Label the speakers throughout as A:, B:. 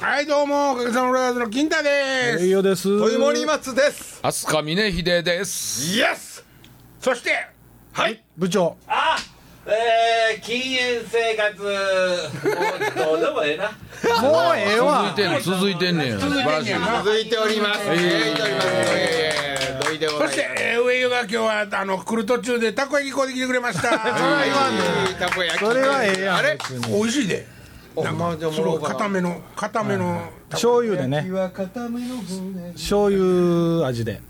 A: はいどうもおかげさまでの金太です、
B: 栄養です。
C: 鳥森松です
D: 飛鳥峰秀です
A: イエスそしてはい
B: 部長。
E: あえー、禁煙生活もうどうでもええな
B: もうええ
D: 続い
B: わ。
D: てんねん続いてんねん素晴らしい
C: 続いております続いておりますえー土井でござい
A: そ
C: ま
A: し
C: す
A: て、えー、上湯が今日はあの来る途中でたこ焼き買うてきてくれました
C: はい
A: はい
C: たこ焼き
B: それはええやん。
C: あれ
B: 別に
A: 美味しいで
C: おまじゃあ
A: す
C: も
A: ご
C: う
A: い固めの固めの、
B: 醤油でね。
C: は固めの船
B: 醤油味で。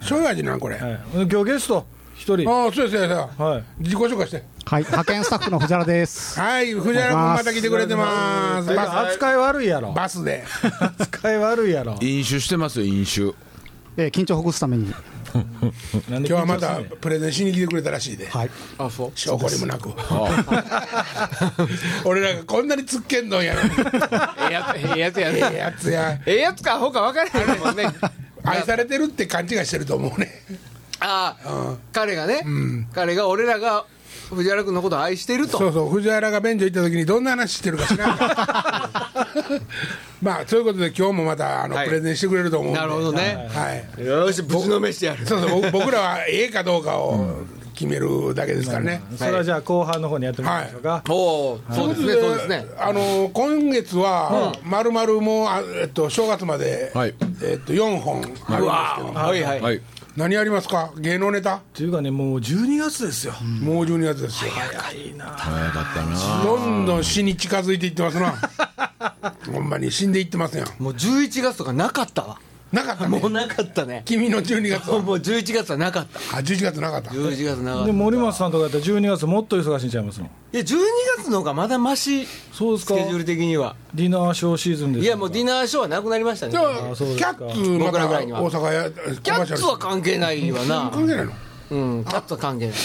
A: 醤油味なんこれ、あ
B: はい。今日ゲスト一人。
A: あそうですそうです
B: はい。
A: 自己紹介して
F: はい、派遣スタッフの藤原です。
A: はい藤原君また来てくれてますバス
B: 扱い悪いやろ。
A: バスで
B: 扱い悪いやろ。
D: 飲酒してますよ飲酒
F: えー緊張をほぐすために。
B: 今
A: 今日はまたプレゼンしに来てくれたらしいで
F: はい。
D: あそう
A: 証拠にもなく 俺らがこんなにつっけんのやろ
C: ええやつええやつや
A: え
C: ね
A: えやつや
C: ええやつかほか分からへんもんね
A: 愛されてるって勘違いしてると思うね
C: ああ彼がね彼が俺らが藤原君のことを愛してる
A: そ
C: と
A: うそう藤原が便所行った時にどんな話してるか知らんから まあそういうことで今日もまたあの、
C: はい
A: プレゼンしてくれると思うんで
C: なるほどね
A: はい、
C: よしぶちのめしてやる
A: そうそう僕僕らはええかどうかを決めるだけですからね、
B: それはじゃあ後半の方にやってみましょうか。
C: おおそうですね
A: とい
C: そうう
A: こ
C: で
A: と
C: すね
A: あの今月は、まるまるもうあ、えっと、正月まで、
D: はい
A: えっと、4本あるんですけど、
C: はいはい
D: はい
A: 何やりますか、芸能ネタ、
B: というかねもう12月ですよ。
A: もう12月ですよ、
D: 早かったな
A: どんどん死に近づいていってます な、ほんまに死んでいってますやん、
C: もう11月とかなかったわ
A: なかったね
C: もう、なかったね
A: 君の12月は、
C: もう11月はなかった
A: あ11月なかった、
C: 11月なかった
B: で
C: い
B: 森松さんとかやったら12月もっと忙しいんちゃいますの。
C: や12月の方がまだマシ
B: そうです
C: ス
B: か。
C: ケジュール
B: デ
C: 的には
B: ィナーショーシーズンです。
C: いやもうディナーショーはなくなりましたね
A: じゃあ、キ
B: そうですか
A: ャッツ、ま
C: 僕
A: た
C: らぐら
A: 大
C: いには
A: 阪や、
C: キャッツは
A: コ
C: 関係ないわな
A: マーシャルしてる関係ないの
C: うんキャッツは関係ない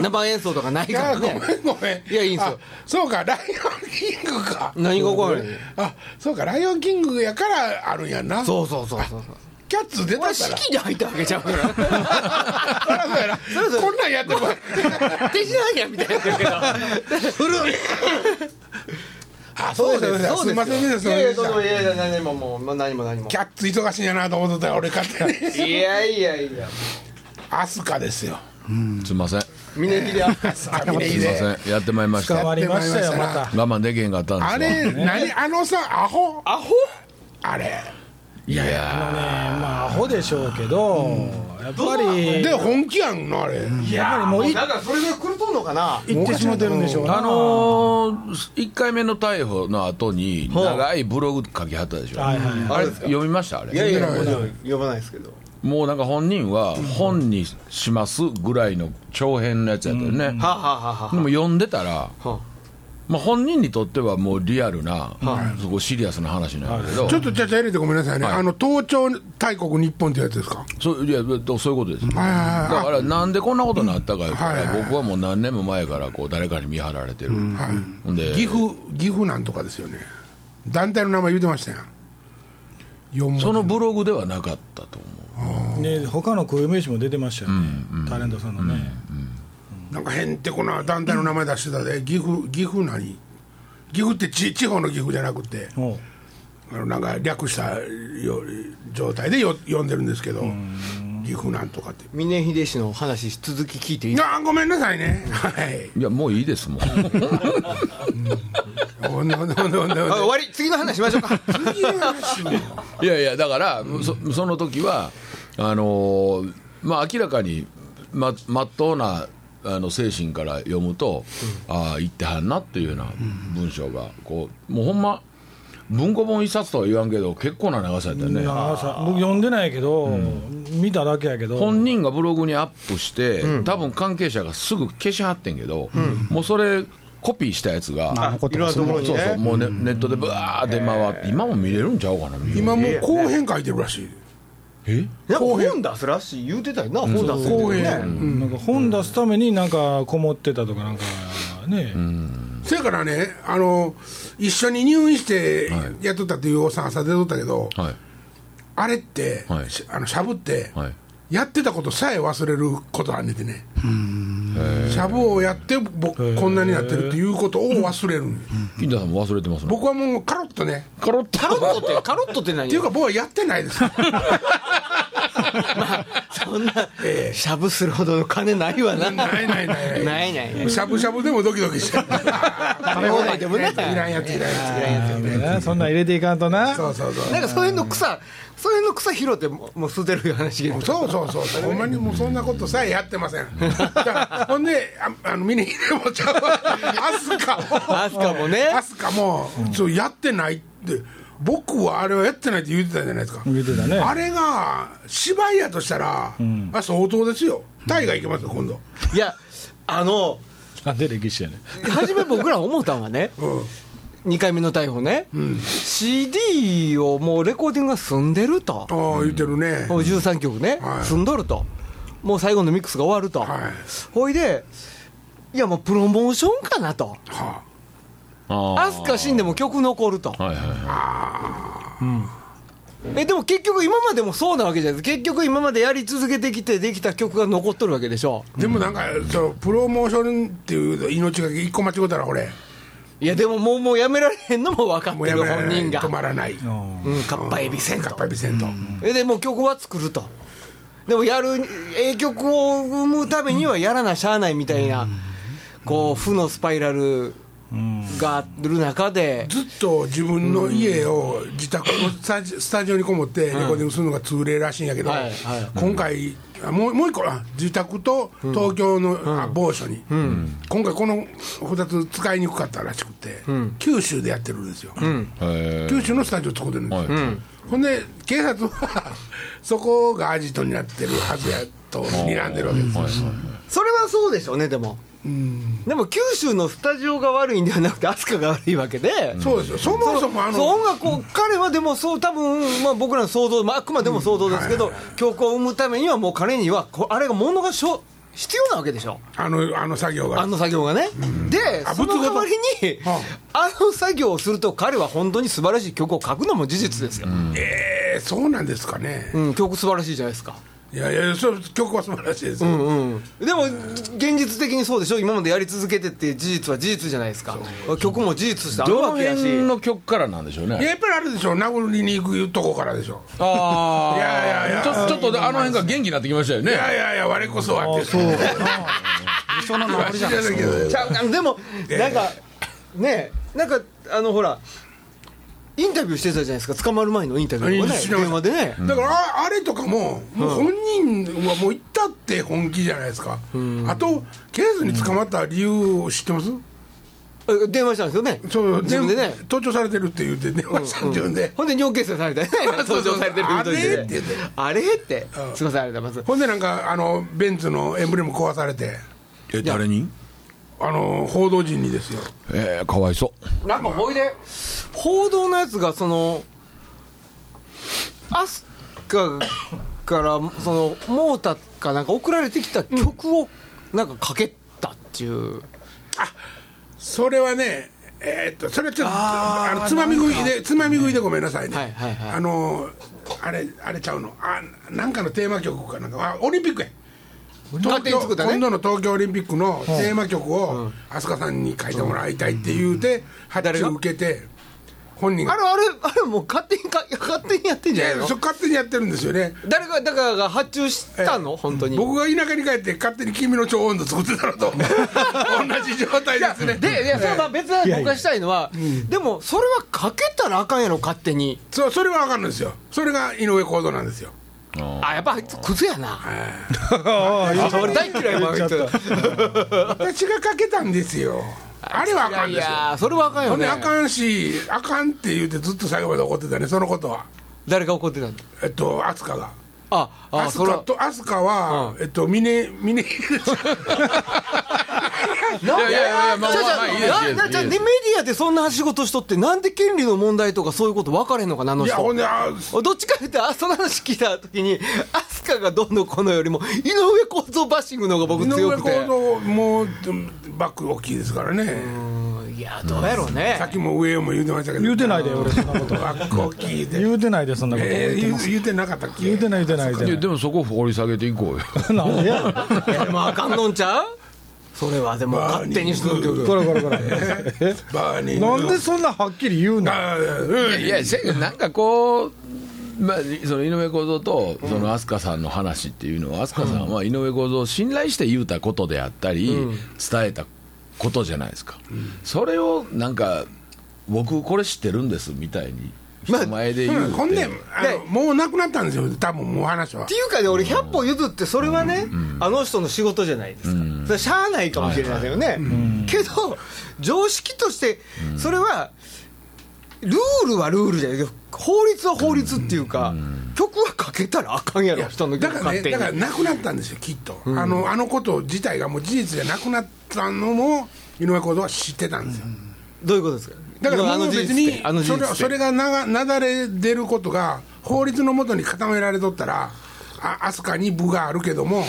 C: 生演奏とかない
A: いや
C: から
A: ごめ
C: ね
A: んごめん
C: いやいいんですよ
A: あそうかライオンキングか
C: 何が起こるの
A: あそうかライオンキングやからあるんやんな
C: そうそうそうそう
A: キャッツ出た
C: 俺
A: ら
C: 式に入ったわけち ゃうから
A: そらそうやなこんなんやってもらう
C: 手品やみたいになってるけど
A: あそうですそうですすいませんね
C: い
A: すいま
C: やい
A: せんで
C: やどうも
A: し
C: いやいや何ももう何も何も
A: たキャッツ忙しいんやなと思ってた俺勝手に
C: いやいやいや
A: アスカですよ
D: すいませんす
C: 峰秀は
A: アスカ峰
D: いま
A: 秀
D: せんやってまいりました
B: 捕ま
D: 我
B: りましたよ
A: やってまいりまし
B: ま
A: たな
B: た。
D: 慢できへんかったんです
A: あ
D: わ
A: れ何あのさアホ
C: アホ
A: あれ
D: いや
B: まあアホでしょうけど、やっぱり。
A: で本気やんなあれ
B: やっぱりもうい
C: なんかそれが来るとんのかな
F: 行ってしまってるんでしょう
D: ーあ
F: な。
D: のー、1回目の逮捕の後に長いブログ書きはったでしょ
B: はいはいはい
D: あれ読みましたあれ
C: いやいやもちろん呼ばないですけど
D: もうなんか本人は本にしますぐらいの長編のやつやったよね、で
C: は
D: も
C: あはあはあは
D: 読んでたら、
C: あは
D: まあ、本人にとってはもうリアルな、そこシリアスな話なんだけど、
A: ちょっとちゃちゃ入れてごめんなさいね
D: はい
A: あの盗聴大国日本ってやつですか
D: そういやどそういうことです、
A: はいはいはい
D: だからなんでこんなことになったかいうから、
A: はいはいはい
D: 僕はもう何年も前からこう誰かに見張られてる、ほんで
A: 岐阜岐阜なんとかですよね団体の名前言うてましたやん四文字
D: そのブログではなかったと思
B: ね、他の固有名詞も出てましたよね、タレントさんのね、
A: なんかへんてこな団体の名前出してたで岐阜岐阜何岐阜ってち地方の岐阜じゃなくて
B: も
A: あのなんか略したよ状態でよ読んでるんですけど岐阜なんとかって
C: あ峰秀氏の話続き聞いていい
A: あーごめんなさいねはい。
D: ういやもういいですもんい
A: ほんでほんでほんでほんで
C: あ終
A: ほん
C: わり次の話しましょうか
A: で次の話ね
D: やいやだから、そその時はあのーまあ明らかにままっとうなあの精神から読むと、ああ言ってはんなっていうような文章がこうもうほんま文庫本一冊とは言わんけど結構な長さやったよ
B: う
D: ね
B: 長さ、僕、読んでないけど、見ただけやけど、
D: 本人がブログにアップして、多分関係者がすぐ消しはってんけど、もうそれコピーしたやつが、
F: 残ってますね。
D: そうそうもうねネットでブワー出回って今も見れるんちゃうかな
A: 今もう後編書いてるらしい
D: え
C: なんか本出すらしい言うてたよな本出すって
A: 後
C: ね
A: 編
B: なんか本出すためになんかこもってたとか、なんかね、
A: そやからねあの一緒に入院してやっとったっていうおっさん朝出とったけど、
D: はい
A: あれって、
D: はい
A: しあのしゃぶって、
D: はい
A: やってたことさえ忘れることあんねんてね、
D: え
A: シャブをやってぼこんなになってるっていうことを忘れるんよ
D: 金田さんも忘れてますね
A: 僕はもうカロッとね
D: カロッ
C: カロットってカロットって何
A: っていうか僕はやってないです
C: そんなしゃぶするほどの金ないわ な
A: ないないない
C: ないないない
A: しゃぶしゃぶでもドキドキしてる
C: 食べ放題でもない
A: らんやついらんや
B: なそんなん入れていかんとな
A: つそうそうそう
C: なんかその辺の草その辺の草拾ってももう捨てるいう話が
A: そうそうそうそうほんまにもうそんなことさえやってませんだからほんでああの峰秀もちゃうわアスカも
C: アスカもね
A: アスカもそうやってないって僕はあれはやってないって言ってたじゃないですか
B: 言ってたね
A: あれが芝居やとしたら、あ相当ですよタイがいけますよ今度、
C: いやあの
B: あで歴史やね
C: 初め僕ら思ったんがね
A: うん、
C: 2回目の逮捕ね、CD をもうレコーディングが済んでると、
A: ああ言ってるね、
C: もう13曲ね、
A: はい
C: 済んどるともう最後のミックスが終わると、
A: はい
C: ほいでいやもうプロモーションかなと
A: は
C: アスカ死んでも曲残ると
D: はいはいは
C: えでも結局今までもそうなわけじゃないです結局今までやり続けてきてできた曲が残っとるわけでしょ
A: あ、でもなんか、そうプロモーションっていう命がけ一個間違ったらこれ
C: いやでももうもうやめられへんのも分かっ
A: もう
C: て
A: や
C: る
A: められ
C: 本
A: ない
C: 人が
A: 止まらない
C: うんかっぱえびせん
A: かっ
C: と
A: ぱえびせんと、
C: えでもう曲は作るとでもやるええ曲を生むためにはやらなしゃあないみたいなこう負のスパイラルがある中で
A: ずっと自分の家を自宅のスタジスタジオにこもってレコーディングするのが通例らしいんやけど、
C: はいはい
A: 今回あもうもう一個あ自宅と東京の、あ某所に、今回この2つ使いにくかったらしくて、九州でやってるんですよ、
D: いへー
A: 九州のスタジオ作ってるんですよ、
D: はい
A: ほんで警察は そこがアジトになってるはずやと睨んでるわけですよ、
D: はいはい
C: それはそうでしょうねでもでも九州のスタジオが悪いんではなくて飛鳥が悪いわけで
A: そうですよそもそもあの
C: そう音楽を彼はでもそう多分、まあ、僕らの想像、まあ、あくまでも想像ですけど、曲を生むためにはもう彼にはこあれがものがしょ必要なわけでしょ
A: あのあの作業が
C: あの作業がね、で
A: あ
C: その
A: 仏
C: 代
A: 像
C: わりに
A: は
C: あの作業をすると彼は本当に素晴らしい曲を書くのも事実ですよ、うん
A: えーそうなんですかね、
C: 曲素晴らしいじゃないですか
A: いやいやそう曲は素晴らしいですよ、
C: でも現実的にそうでしょ今までやり続けてって事実は事実じゃないですか曲も事実としてある
D: どの
C: わけやし
D: 辺の曲からなんでしょう
A: いや
D: ね
A: やっぱりあるでしょ殴りに行くとこからでしょ
D: ああ
A: いやいやいや
D: ちょちょっとであの辺が元気になってきましたよね
A: いやいやいや我こそはって
F: そう理想の名残
A: 知
F: じゃ
A: ら
F: ない
A: ないけど
C: ちゃうかでもなんかねえなんかあのほらインタビューしてたじゃないですか捕まる前のインタビューをね
A: いいですね
C: 電話でね
A: だからああれとかももう本人はもう行ったって本気じゃないですか、あと警察に捕まった理由を知ってます、
C: え電話したんですよね
A: そう
C: 自分でね
A: 盗聴されてるって言って電話したんで、うんで
C: ほんで尿検査されてね
A: そう
C: 登
A: そう
C: 場されてるみたい
A: あれって言
C: で
A: って
C: あれってすいませんありがとうございます
A: ほんでなんかあのベンツのエンブレム壊されて
D: え誰に
A: あの報道陣にですよ
D: えー、かわいそう
C: なんかほいで報道のやつがそのアスカからそのモータかなんか送られてきた曲をなんかかけたっていう
A: それはねえーっとそれちょっとあのつまみ食いでつまみ食いでごめんなさいね、
C: はいはいはい
A: あのあれあれちゃうのあなんかのテーマ曲かなんかあオリンピックや
C: 勝手に作ったね
A: 今度の東京オリンピックのテーマ曲を飛鳥さんに書いてもらいたいって言うて発注受けて本人が
C: あれあれあれもう勝手にか勝手にやってんじゃない
A: い
C: の
A: やそ勝手にやってるんですよね
C: 誰がだからが発注したの本当に
A: 僕が田舎に帰って勝手に君の超音頭作ってたのと同じ状態ですね
C: でいやそれは別に僕がしたいのはでもそれはかけたらあかんやろ勝手に
A: そうそれは分かるんですよそれが井上公造なんですよ
C: あやっぱあいつクズやな
B: ああいい
C: 俺大嫌いもあいつ
A: 私がかけたんですよあれはあかん
C: い
A: ですよ
C: やそれはあかん
A: ほ
C: よ
A: んで
C: ね
A: あかんしあかんって言うてずっと最後まで怒ってたねそのことは
C: 誰が怒ってたの
A: えっと飛鳥が
C: ああ
A: 飛
C: それ
A: 鳥
C: は
A: と飛鳥は、えっと峰峰
C: いや
D: いやいやいやまあ
C: じゃ
D: まあまあいいですいいです
C: あじゃあ
D: いい
C: メデ
D: です
C: ィアでそんな仕事しとってなんで権利の問題とかそういうこと分かれへんのかなあの
A: いや
C: 人
A: ほんであ
C: どっちか言ってあその話聞いた時に飛鳥がどうのこのよりも井上公造バッシングの方が僕
A: 井上
C: 強くて
A: 公造もうんバック大きいですからね
C: うんいやどうやろうね
A: さっきも上も言うてましたけど
B: 言うてないで俺そんなこと
A: バック大きいで
B: 言うてないでそんなこと
A: えー言う言うてなかったっけ
B: 言うてない言うてない言う
D: い
B: て
D: や
B: な
D: でもそこを掘り下げていこうよ
B: いなんでや
C: いやでもあかんのんちゃうそれはでも勝手にしてる曲
B: これこれこれ
A: バーニング
B: なんでそんなはっきり言うの
A: あーうん
D: いやせやけどなんかこう、まあ、その井上公造とその飛鳥さんの話っていうのは飛鳥さんは井上公造を信頼して言うたことであったり、伝えたことじゃないですか、それをなんか僕これ知ってるんですみたいに人前で言うっ
A: う
D: て、
A: んほんで、あの
C: で
A: もうなくなったんですよ、多分もう話は
C: って。いうかね俺100歩譲ってそれはね、あの人の仕事じゃないですか、それしゃあないかもしれませんよね、けど常識としてそれはルールはルールじゃないけど法律は法律っていうか、曲はかけたらあかんやろ 人の
A: だ
C: 曲
A: から
C: 勝
A: ね、
C: 手に
A: だからなくなったんですよ、きっと、あのあのこと自体がもう事実じゃなくなったのも、井上公造は知ってたんですよ、
C: どういうことですか
A: だからもう
C: 事
A: 別
C: 実って
A: に
C: あの
A: そ
C: 事実っ
A: れ
C: て
A: それがながなだれ出ることが、法律のもとに固められとったら、あ飛鳥に部があるけども、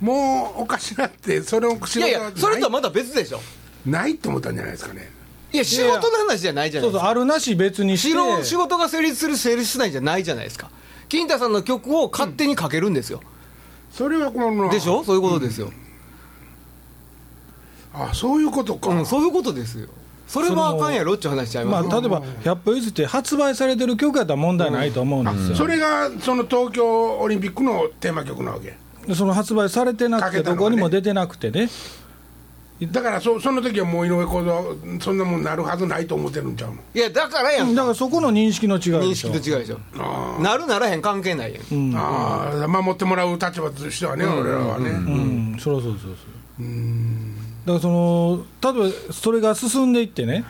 A: もうおかしなって、それを知
C: いやい
A: ら
C: やそれとはまた別でしょ
A: ないと思ったんじゃないですかね。
C: いや仕事の話じゃないじゃな
B: そ
C: い
B: そ
C: うです
B: う
C: か
B: あるなし別にして
C: 仕事仕事が成立する成立しないじゃないじゃないですか金太さんの曲を勝手にかけるんですよ、
A: それはこの
C: でしょそういうことですよ、
A: あそういうことか、
C: うん、そういうことですよ。それはあかんやろっていう話しちゃい
B: ま
C: ま
B: あ
C: す。
B: 例えば「100歩譲って発売されてる曲やったら問題ないと思うんですよ、
A: それがその東京オリンピックのテーマ曲なわけ
B: でその発売されてなく
A: か
B: て
A: けたの
B: ど
A: がね
B: こにも出てなくてね
A: だからそその時はもう井上公造そんなもんなるはずないと思ってるんちゃうの
C: いやだからや
B: うん
C: ん。
B: だからそこの認識の違い
C: 認
B: でしょ
C: 識と違うでしょ。
A: あ
C: なるならへん関係ないやん。
A: ー、あー守ってもらう立場としてはね、俺らはね、
B: うんそりゃそうそうそうだからその例えばそれが進んでいってね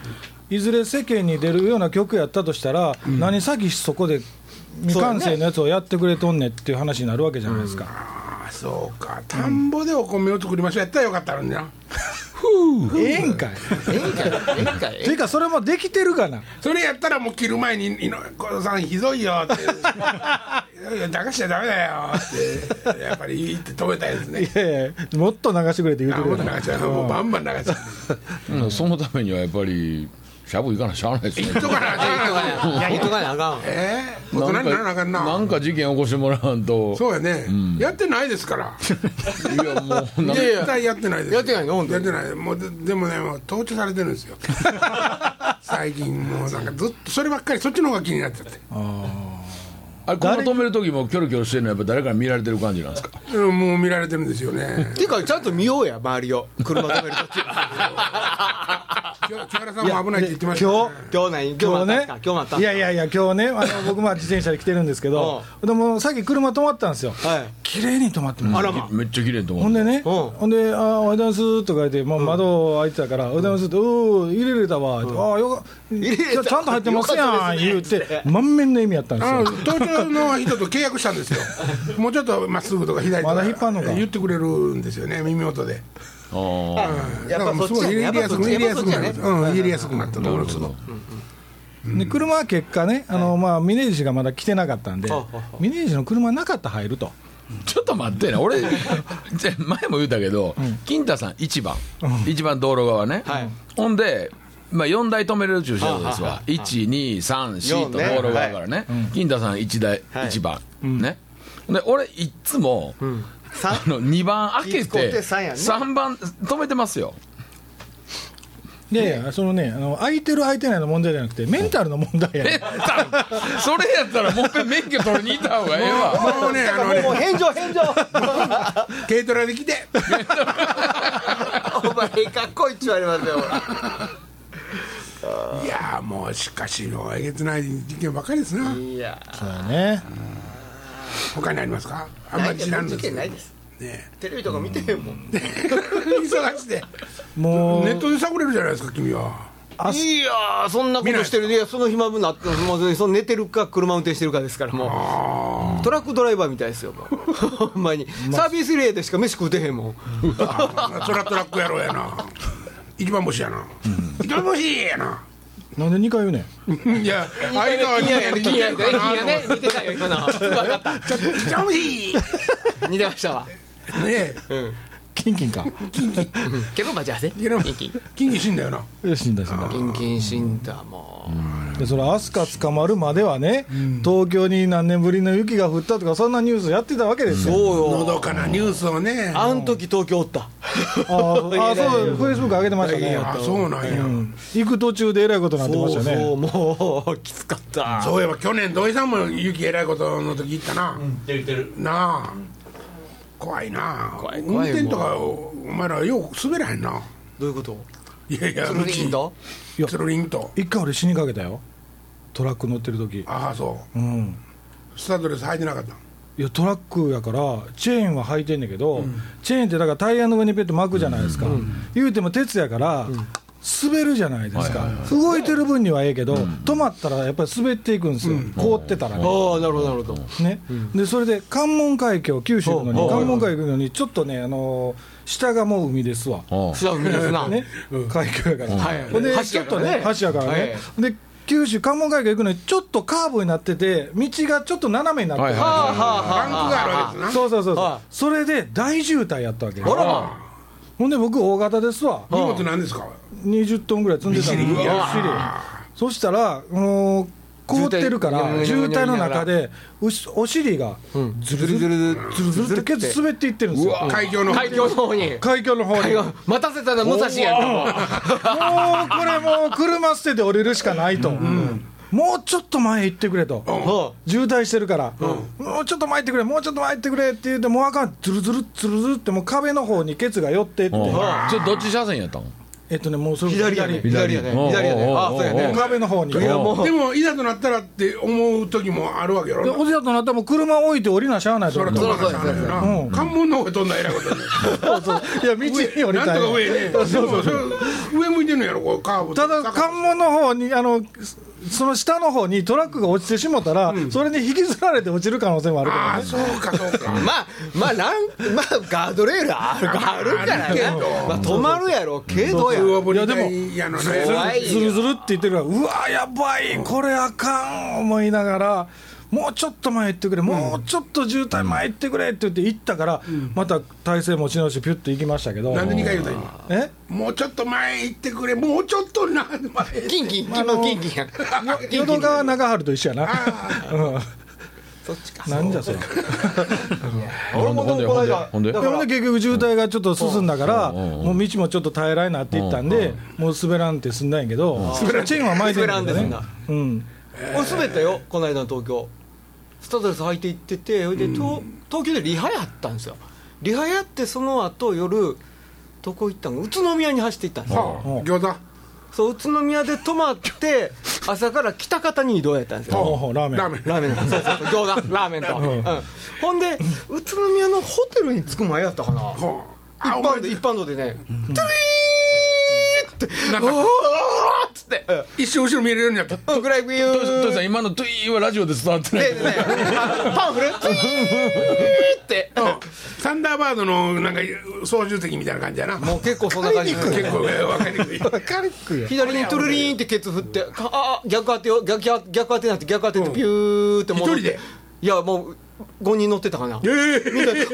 B: いずれ世間に出るような曲やったとしたら、何先そこで未完成のやつをやってくれとんねんっていう話になるわけじゃないですか、
A: ああそうか田んぼでお米を作りましょうやったらよかったのにな、
B: ええんかい
C: ええんかい。ええんかい。
B: ていうかそれもできてるかな
A: それやったらもう切る前に井上公造さんひどいよって いや流しちゃダメだよってやっぱりいいって止めたいですね
B: いやいやもっと流してくれって言
A: あ
B: うて
A: もう
B: る
A: 流
B: やん
A: しちゃうもうバンバン流しちゃう
D: うんそのためにはやっぱりしゃぶいかなしゃあないです ね
A: とかな
C: いや言っとかなあかん。
A: ええ大人
D: なん
A: にならなあか
D: か
A: ん
D: な
A: なん
D: か事件起こしてもらわんと
A: そうやね、やってないですから
D: いやもうなんか
A: 絶対やってないです
C: やってないの本当
A: やっ
C: に
A: てないもうででもねもう統治されてるんですよ最近もうなんかずっとそればっかりそっちの方が気になっちゃって
D: あれ車止める時もキョロキョロしてるのはやっぱ誰かに見られてる感じなんですか
A: うんもう見られてるんですよね
C: てかちゃんと見ようや周りを車止める時
A: きょ木原さんも危ないって言ってました
B: 今
A: よ
B: 日
C: 今日ない今日
B: 今
C: ま
B: 日
C: た
B: ね
C: 今日また
B: いやいやいや今日ねあの 僕も自転車で来てるんですけどでもさっき車止まったんですよ
C: はい
B: 綺麗に止まってます
C: あらま
D: めっちゃ綺麗と思う
B: ほんでね、
C: うん
B: ほんで、あーおはようございますとか言って、まあ、窓開いてたから、おはようございますって、おー、入れれたわ、ああ、よか
C: 入れれ
B: ち
C: た
B: ゃちゃんと入ってます
C: よか
B: や
C: った
B: ん、
C: ですね
B: 言うて、満面の意味やったんです
A: あ
B: よ
A: の。東京の人と契約したんですよもうちょっとまっすぐとか左とか
B: まだ引っ張んのか
A: 言ってくれるんですよね耳元で
D: ああ
C: やっぱそっ
A: だからす
C: ち
A: ごい
C: や
A: 入
C: ね
A: れやすく入れ
C: や
A: やす
C: っぱそっ
A: く
C: ち
A: なる
C: やね
A: うん入れやすくなったところです
D: ど
B: で車は結果ね、あのまあ、峰岸がまだ来てなかったんで
C: あああ、
B: 峰岸の車なかったら入ると、
D: ちょっと待ってね俺前も言ったけど、金太さん1番、一番道路側ね、
C: はい
D: ほんで、まあ、4台止めれる駐車場で
C: はいは
D: す
C: いは
D: わ1234と
C: 四
D: 道
C: ね
D: 路側からね、金太さん1台、
C: はい
D: 一番、ねで俺いっつも、
C: 三
D: あの2番開け
C: いつこうやってて三やね
D: 3番止めてますよ
B: で、そのねあの、空いてる空いてないの問題じゃなくて、メンタルの問題や
D: え
B: ね
D: それやったらもう一回免許取りに行った方がええわ
A: もうねあのね
C: もう返上返上
A: 軽トラで来て
C: お前かっこいいって言われますよほら
A: いやーもうしかしもうえげつない事件ばっかりですな、
C: いや
B: そうやね、
A: 他にありますかあんま
C: ない
A: り
C: で
A: 知
C: す
A: らんの
C: 事
A: です
C: 件ない
A: ね
C: です
A: え
C: テレビとか見てへんもん
A: 忙しいで
B: も
A: ネッ
B: う、
A: トで探れるじゃないですか君はい
C: やーそんなことしてるいやその暇分なってもうその寝てるか車運転してるかですからもう
A: あ
C: トラックドライバーみたいですよ、もうほんまに、サービスエリアでしか飯食うてへんもん、
A: あそらトラックやろうやな一番星やな一番星やな
B: なんで2回言うねん、
A: いや相川にやりきるかなと思って
C: 似てたよ、今の、分かっ
A: 一番星ね
C: た、似てましたわ、
A: え
B: キンキンか、
C: 結構待ち合わせ、
A: いやでも
C: キンキン、
A: 金魚死んだよな
B: よし死んだ、死んだ。
C: キンキン死んだ、も
B: でそれ飛鳥捕まるまではね、東京に何年ぶりの雪が降ったとかそんなニュースやってたわけです
C: う、
B: よ、
C: そう
A: の
C: よ、
A: どかなニュースをね
C: あん時東京おった、
B: ああそうフェイスブック上げてましたね
A: あそうなんや、
B: うん行く途中でえらいことになってまし
C: そ
B: た
C: う
B: ね
C: そうもうきつかった
A: そういえば去年土井さんも雪えらいことの時行ったな、
E: 言ってる
A: なあ怖いな
C: 怖い怖い
A: 運転とかお前らよう滑らへんな
C: どういうこと
A: いやいや
C: それでいいんだ
A: うちつるりんと
B: 一回俺死にかけたよトラック乗ってる時
A: ああそ
B: うん
A: うスタッドレス履いてなかった
B: いやトラックやからチェーンは履いてんだけど、チェーンってだからタイヤの上にペット巻くじゃないですか、言うても鉄やから、滑るじゃないですか、
D: はいはい
B: 動いてる分にはええけど、止まったらやっぱり滑っていくんですよ、凍ってたらね,、
C: ああなるほどなるほど
B: ねでそれで関門海峡九州の
C: ほ
B: に
C: うほう
B: 関門海峡のにちょっとねあのー下がもう海ですわ、
D: うん
C: 素直にですな
B: ね、海峡やから、
C: はい
B: ほんでち
C: 橋やからね
B: ょっとね橋やからね、で九州関門海峡行くのにちょっとカーブになってて道がちょっと斜めになってる、
D: はいはい
C: はあはあ
A: バンクがあるわけですな
B: そうそうそうそう、
C: はい
B: それで大渋滞やったわけ
C: あ
B: よ
C: らま
B: ほんで僕大型ですわ
A: 荷物なんですか
B: 20トンぐらい積んでたの
A: びっしり
B: びっしりそしたらもう凍ってるから
C: 渋
B: 渋
C: 滞
B: 滞の中でうしお尻が
C: ずるずるずるず
B: ず
C: る
B: るっ
C: ずるってて
B: 滑っていってるんですよ
A: 海峡の
C: 海峡の方に
B: 海峡の方にもう
C: 待たせたな武蔵やんか
B: これもう車捨てて降りるしかないと、もうちょっと前行ってくれと、
C: も
B: 渋滞してるから、もうちょっと前行ってくれ、もうちょっと前行ってくれって言って、もうあかん、ずるずるずるずるって、もう壁の方にケツが寄ってって、
D: うんそれどっち車線やったん
B: えっとね、もうそうれ
C: 左やね左やね
D: うん
C: 左やね
D: うん
C: あそうや
D: う
C: ね
D: ん
B: 壁の方に。
C: いやもう
A: でもいざとなったらって思う時もあるわけや
B: で
A: ろ
B: おじやとなったら、もう車置いて降りなしゃあないと
A: そ
B: 思
A: ら
B: う
A: 飛ばなしゃあないよ
B: う
A: なん関門の方へ飛んだらえらいことやね
B: いや、道に降り
A: なん
B: たい
A: とか上
B: の。
A: へ ねでもそれ上向いてんのやろこうカーブ
B: ただ、関門の方に、あの、その下の方にトラックが落ちてしもたら、それに引きずられて落ちる可能性もあるけど
A: ああ
B: ね
A: そうかそうか
C: まあまあランまあガードレールあるあるからね
A: あるけど
C: まあ止まるやろけどや
A: 通話ぶり
B: いやでも
A: いやのね
C: 怖いよ
B: ずるずるって言ってるから、うわ、やばい、これあかん思いながら、もうちょっと前行ってくれ、もうちょっと渋滞前行ってくれって言って行ったから、また体勢持ち直して、ピュッと行きましたけど、
A: なんで2回言うた今
B: え
A: もうちょっと前行ってくれもうちょっとな前
C: キンキンキン
B: あの
C: キンキンやん
B: 淀川長春と一緒やな。
C: そっちか
B: うん、なんじゃそれ。で
D: ほんでほんでほんでほんで
C: だから
B: もね結局渋滞がちょっと進んだから、
D: うんうんうん
B: もう道もちょっと平らになっていったんで、もう滑らんって済んだんやけど、チェーンは巻いてる
C: 滑らん
B: ん
C: で
B: だ
C: す
B: け
C: ん
B: ど
C: だ
B: ね。うん。
C: 俺滑ったよこの間の東京スタッドレス履いて行っててそれで東東京でリハやったんですよリハやってその後夜どこ行ったの宇都宮に走って行ったんですよ
A: はあ餃子
C: そう宇都宮で泊まって朝から喜多方に移動やったんですよ
B: ほうほうラーメン。
A: ラーメン
C: ラーメンそうそうそう餃子ラーメンと、うんほんで宇都宮のホテルに着く前やったかな
A: はあ
C: 一
A: あお
C: 般
A: 前
C: 道一般道でね
A: なん
C: 「おー
A: か
C: っ!」つって
A: 一瞬後ろ見えるようになった
C: うん「ぐらいビュ
D: ト
C: ー」
D: イさん今のトゥイーはラジオで伝わってない
C: でねあパンフレツイーって
A: サンダーバードのなんか操縦席みたいな感じやな
C: もう結構そんな感じ
A: 結構分かりにくい
C: 左にトゥルリーンってケツ振ってかあ逆当てよ逆逆逆当てになって逆当てになってピューって戻って
A: 一人で
C: いやもう5人乗ってたかなみんなで「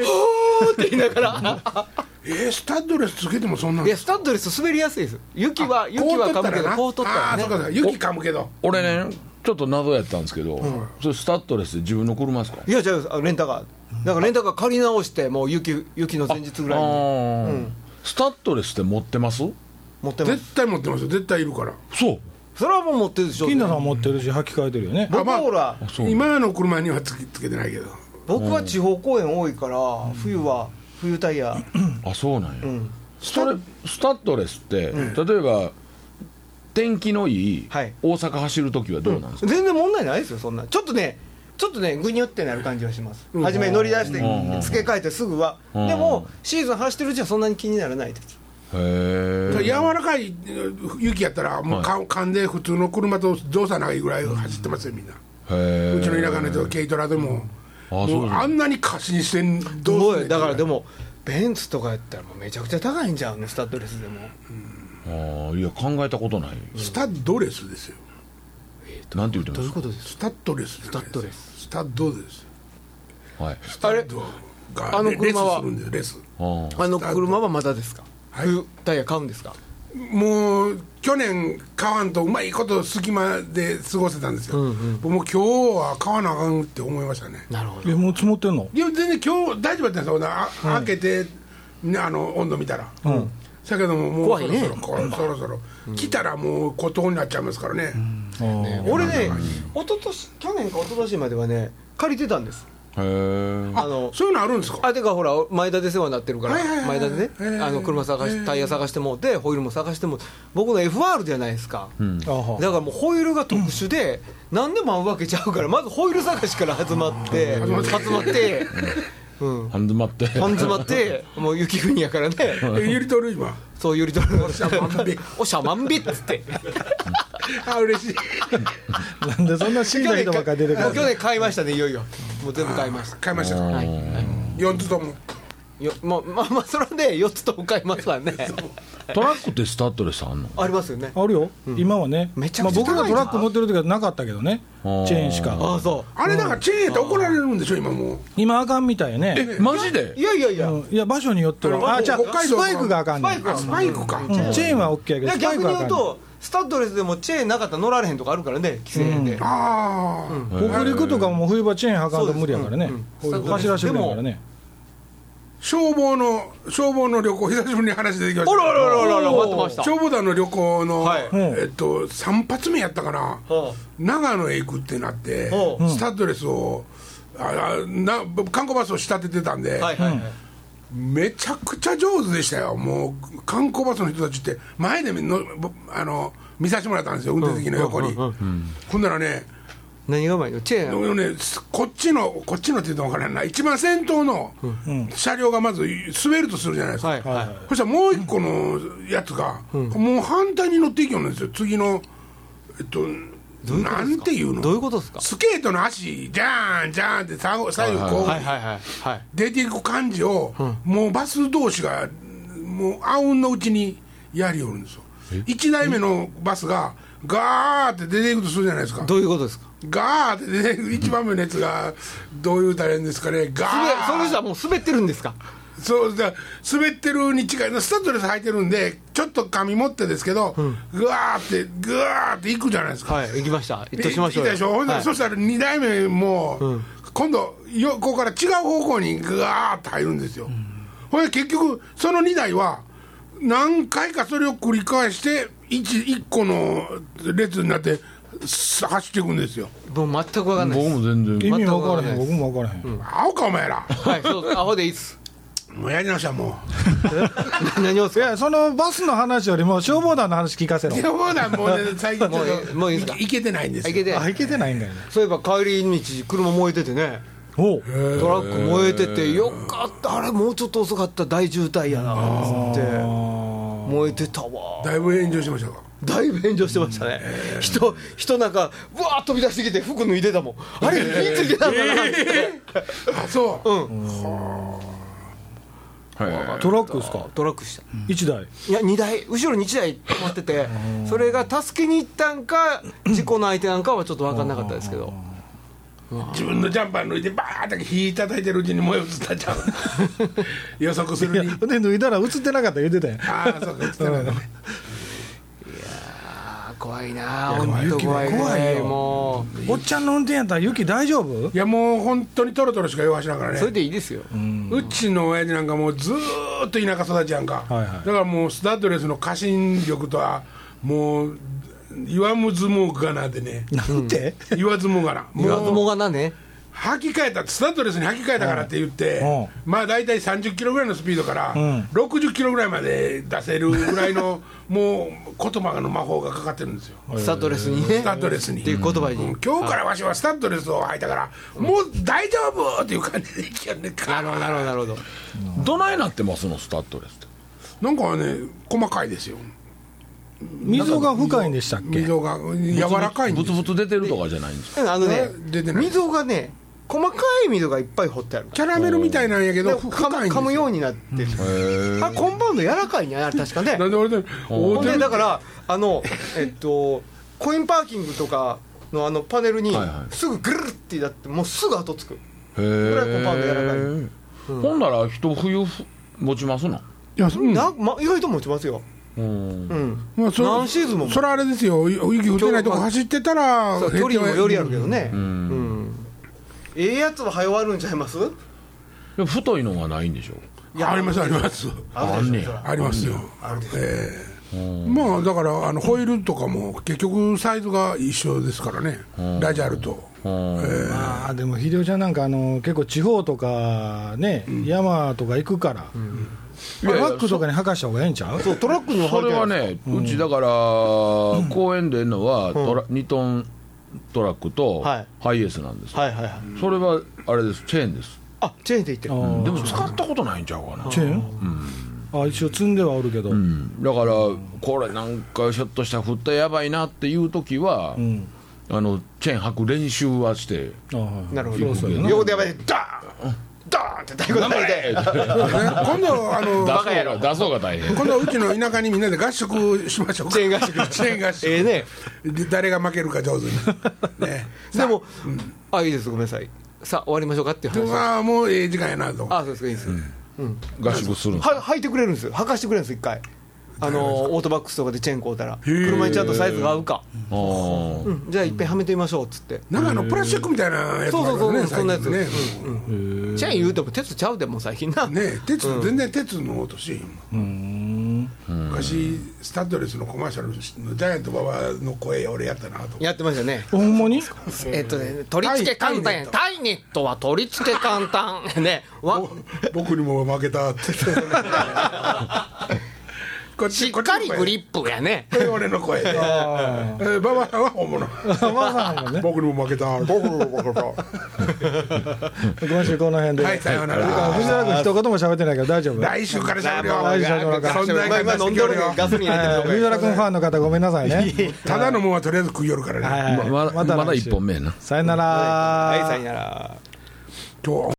C: おー」って言いながら
A: えースタッドレスつけてもそんなん
C: いやスタッドレス滑りやすいです雪は雪
A: こう
C: は
A: 取
C: か
A: った
C: む
A: ら
C: けど
A: な
C: こう取った
A: あ
C: ら
A: あそうかそう
C: ね
A: か雪かむけど
D: 俺ねちょっと謎やったんですけど、それスタッドレスで自分の車ですか
C: いやじゃあレンタカーだからレンタカー借り直してもう雪雪の前日ぐらい
D: あ
C: に
D: ースタッドレスって持ってます
C: 持ってます
A: 絶対持ってますよ絶対いるから
D: そう
C: それはもう持ってるでしょ
B: 金田さん持ってるし履き替えてるよね。
C: 僕はほら
D: そう
A: 今の車にはつけつけてないけど
C: 僕は地方公演多いから冬は冬タイヤ
D: あそうなんや、スタスタッドレスって、例えば天気のいい
C: はい
D: 大阪走る時はどうなんですか、
C: 全然問題ないですよそんなちょっとねちょっとねぐにゅってなる感じはします初め乗り出して
D: うん
C: 付け替えてすぐは
D: うん
C: でもシーズン走ってるうちはそんなに気にならないです
D: へ
A: 柔
D: え
A: らかい雪やったらもうか噛んで普通の車と動作ないぐらい走ってますよみんな
D: へ
A: うちの田舎の人は軽トラでも
D: あ
A: も
D: そうう
A: あんなに過信してん
C: す
A: ど
C: ご
A: うすんね
C: い
A: ん
C: だからでもベンツとかやったらもうめちゃくちゃ高いんじゃんねスタッドレスでも
D: あーいや考えたことない
A: スタッドレスですよ
D: なんて言ってます
C: ことです
A: スタッドレスス
C: タッドレス
A: スタッドです
D: はい
C: あれ
A: が
C: あの
A: レ
C: 車
A: レスす
C: は
A: るんだよレス
D: あー
C: あの車はまだですか
A: はい
C: 冬タイヤ買うんですか
A: もう去年買わんとうまいこと隙間で過ごせたんですよ、もう今日は買わなあかんって思いましたね
C: なるほ
B: えもう積もってんの？
A: いや全然今日大丈夫だったんですよあ開けてね、あの温度見たら、だけどももう
C: 怖
A: そ
C: い
A: ろ
C: ね
A: そろ、こうそろそろ、来たらもう孤島になっちゃいますからね、
C: 俺ね一昨年去年か一昨年まではね借りてたんです
D: え
C: あの
A: そういうのあるんですか
C: あてかほら前田で世話になってるから
A: はいはいはい
C: 前田で
A: ええ
C: ねあの車探しタイヤ探してもうてホイールも探しても僕の FR じゃないですかだ
B: あは
C: からもうホイールが特殊で何でも合うわけちゃうからまずホイール探しから始まって集まってうん
D: 半詰まって
C: 半詰まってもう雪国やからね
A: えゆりとる 今
C: そうゆりとる
A: おしゃまんべ
C: おしゃまんべっつって
A: あ嬉しい
B: なんでそんな死んだ人ばっかり出てく
C: もう
B: る
C: 去年買いましたねいよいよもう全部買いました
A: 買いましたか、は4つとも
C: よまあまあまあそれで4つとも買いますわね
D: トラックってスタッドレスあんの
C: ありますよね
B: あるよ、今はね、
C: めちゃくちゃ
B: まあ、僕が
C: 高い
B: ト
C: な
B: ラック乗ってる時はなかったけどね、チ
D: ー
B: ェーンし
C: あ
B: か、
C: あそ
A: あれだからチェーンやって怒られるんでしょ今もう
B: 今、あかんみたいやね、
D: マジ
C: う
D: で
C: いやいやいや、
B: うんいや、場所によっては、
A: あ
B: あじゃあ、
A: 北海道
B: ス
A: の
B: パイクがあかんねん
C: スパイク
A: あスパイクか、
B: うんチェーンは OK やけ
C: い
B: ど、
C: や
B: スパ
C: 逆
B: イク
C: に
B: はあか
C: 言
B: ねん
C: うんとスタッドレスでもチェーンなかったら乗られへんとかあるからね規制で、
A: ああ、
B: 北陸とかも冬場チェーンはかんと
C: そうです
B: 無理やからね、
C: うんうん
B: 走らせてくれんからね、
A: 消防の消防の旅行久しぶりに話出てきました
C: おらおらおらおらおら待ってました
A: 消防団の旅行の、
C: はい
A: えっと、3発目やったかな、
C: は
A: 長野へ行くってなって、
C: は
A: スタッドレスをああな観光バスを仕立ててたんで、
C: あはいはいはい、
A: めちゃくちゃ上手でしたよもう観光バスの人たちって前でのぼあの見させてもらったんですよ運転席の横に、ほんならね
C: 何がうまいのチェーン
A: でもねすこっちのこっちのって言うと分からんない一番先頭の車両がまず滑るとするじゃないですか、
C: はいはい
A: そしたらもう一個のやつが、もう反対に乗っていきよるんですよ次のえっとなんていうの
C: どういうことですか
A: スケートの足じゃーんじゃーんって左右左右こう
C: はいはいはいはい
A: 出ていく感じを、もうバス同士がもうあうんのうちにやりよるんですよ1台目のバスがガーって出ていくとするじゃないですか
C: どういうことですか
A: ガーって出ていく1番目のやつがどういうたらいいんですかねガ
C: 滑その
A: ー
C: 人はもう滑ってるんですか
A: そうだ滑ってるに近いスタッドレス履いてるんでちょっと髪持ってですけど、ぐわーってぐわーっていくじゃないですか、
C: はい行きました行っとしましょう
A: いいでしょ、ほんで
C: はい
A: そしたら2台目も、今度横から違う方向にぐわーって入るんですよ、ほんで結局その2台は何回かそれを繰り返して 1, 1個の列になってす走っていくんですよ
C: もう全く分かんない
D: 僕
C: です
D: も全然
B: 意味
C: 全
B: 分
C: く
B: か
C: わからら
B: へ、
C: なんい
B: 僕も分からへん、
A: 青かお前ら
C: はいそうですアホでいいっす
A: もうやり直しはも
C: 何をっす
B: い
C: か
B: や、そのバスの話よりも、消防団の話聞かせろ
A: う い、やもうだもうね最近ちょっ
C: もうい
A: と
C: いもういいですか
A: いけてないんです
C: あ
A: よ
C: いけて
B: あ、いけてないんだよね。
C: そういえば帰り道車燃えててね
B: おう
C: トラック燃えててよかったあれもうちょっと遅かった大渋滞やなっつって燃えてたわ
A: だいぶ炎上しましたか
C: だいぶ炎上してましたね人人なんかうわー飛び出してきて服脱いでたもんあれ火ついてたのかなって
A: あそう、
D: はい
B: トラックですか、
C: トラックした
B: 一台、
C: いや2台後ろに1台止まっててそれが助けに行ったんか事故の相手なんかはちょっと分かんなかったですけど
A: 自分のジャンパー脱いでバーッて火叩いてるうちに燃え移ったんちゃう 予測す
B: い
A: る
B: や、
A: に
B: で脱いだら映ってなかった言うてたやん。
A: ああそうか映ってないね
C: あー怖いな
A: でも
C: 本当怖い
B: 雪は怖いよ
C: も
B: おっちゃんの運転やったら、雪大丈夫
A: いやもう本当にトロトロしか弱しながら
C: うそれ
A: ね
C: でいいですよ
A: うちの親父なんかもうずーっと田舎育ちやんか、
B: はいはい
A: だからもうスタッドレスの家臣力とはもう言わむずもがなでね
B: なんて、
A: 言わずもがな
C: 言わずも
A: もう
C: がなね
A: 履き替えたスタッドレスに履き替えたからって言って、
B: うんうん
A: まあ大体30キロぐらいのスピードから
B: ん
A: 60キロぐらいまで出せるぐらいのもう言葉の魔法がかかってるんですよ
C: スタッドレスにね
A: スタッドレスに
C: っていう言葉に
A: うん今日からわしはスタッドレスを履いたからもう大丈夫っていう感じでいきよね
C: なるほどなるほどなるほど
D: どないなってますのスタッドレスって
A: なんかね細かいですよ
B: 溝が深いんでしたっけ。
A: 溝が柔らかいん
D: ブ
A: です
D: ツブツ出てるとかじゃないんですか
C: あのね
A: 出てない
C: 溝がね細かい溝がいっぱい掘ってある
A: キャラメルみたいなんやけ
C: で
A: ど
C: 噛む
A: 深いん
C: 噛
A: で
C: む
A: すよ
C: ようになってるあコンパウンド柔らかいねあれ確かね
A: なんで俺で
C: ほ
A: 大
C: んで
A: 手
C: だからあのえっとコインパーキングとかのあのパネルに
D: はいはい
C: すぐぐるってなってもうすぐ後つく
D: へえ
C: らいコンパウンドやらない
D: ほんなら一冬ふ持ちますない
A: やそうん
C: な、ま、意外と持ちますよ
D: うん
C: うん
A: まあそ
C: 何シーズンも
A: それあれですよ雪降ってないとこ走ってたら
C: そう距離にもよりあるけ
A: ど
C: どねうんええやつは早終わるんちゃいます
D: でも太いのがないんでしょ
A: ありますあります
D: あんねや
A: ありますよええまあだからあのホイールとかも結局サイズが一緒ですからねラジャルと
B: まあでも秀夫ちゃんなんかあの結構地方とかね、山とか行くから、まあ
D: いやいや
B: バックとかに履かした方がええんちゃう
C: そうトラックにも
D: そ
C: 入
D: れ
C: っ
D: は
C: てない
D: ね、うちだから、公園でんのはトラ、2トントラックと
C: はい
D: ハイエースなんです、
C: はいはいはい
D: それはあれです、チェーンです、
C: あチェーンで行ってる
B: あー
D: でも使ったことないんちゃうかな、
B: チェーン、あ一応積んではおるけど、
D: うんだから、これなんか、ひょっとしたら振ったらやばいなっていう時は、あのチェーン履く練習はして、
B: あはい
C: なるほど
B: そうやな
C: 横でやばいダーンダーンって太鼓叩いて
A: ええ今度あの
D: 出そうが出そうが大変。
A: 今度うちの田舎にみんなで合宿しましょうか
C: チェーン合宿
A: チェーン合宿
C: ええね
A: で誰が負けるか上手にね
C: でもあいいですごめんなさいさあ終わりましょうかっていう話
A: ああもうええ時間やなと
C: あそうですかいいです
D: 合宿するんです
C: は履いてくれるんですよ履かしてくれるんです一回あのオートバックスとかでチェーン買うたら
A: ー
C: 車にちゃんとサイズが合うか
D: あー
C: うんじゃあいっぺんはめてみましょうっつって
A: なんかあのプラスチックみたいなやつ
C: そう
A: があ
C: そ
A: る
C: うそう
A: から
C: う
A: ね
C: んそんな
A: 最
C: やつ
A: 近ね
C: チェーン言うても鉄ちゃうでもう最近な
A: ね鉄、全然鉄の音し昔スタッドレスのコマーシャルのジャイアント馬場の声俺やったなと
C: やってましたね
B: ほんまに
C: えっとね取り付け簡単やタイネットは取り付け簡単 ねわ
A: 僕にも負けた ってこっ
C: しっかりグリップやね
A: これ俺の声でえー馬場さんは本物
B: あまあまあまあね
A: 僕にも負けた僕にも負けた
B: 今週この辺で、
A: はいさような
B: 藤
A: ら
B: 原君一言も喋ってないけど大丈夫
A: 来週からしゃべるよ
B: 来週から
A: そんなに
C: 今飲んでる
A: よ
C: ガスに
B: え
C: 入
B: ー
C: れてる
B: 藤原君ファンの方ごめんなさいね
A: ただのもんはとりあえず食いよるからね
B: はい
D: ままだ
B: 来週
D: まだ一本目やな
B: さよなら
C: はいさよなら
A: 今日は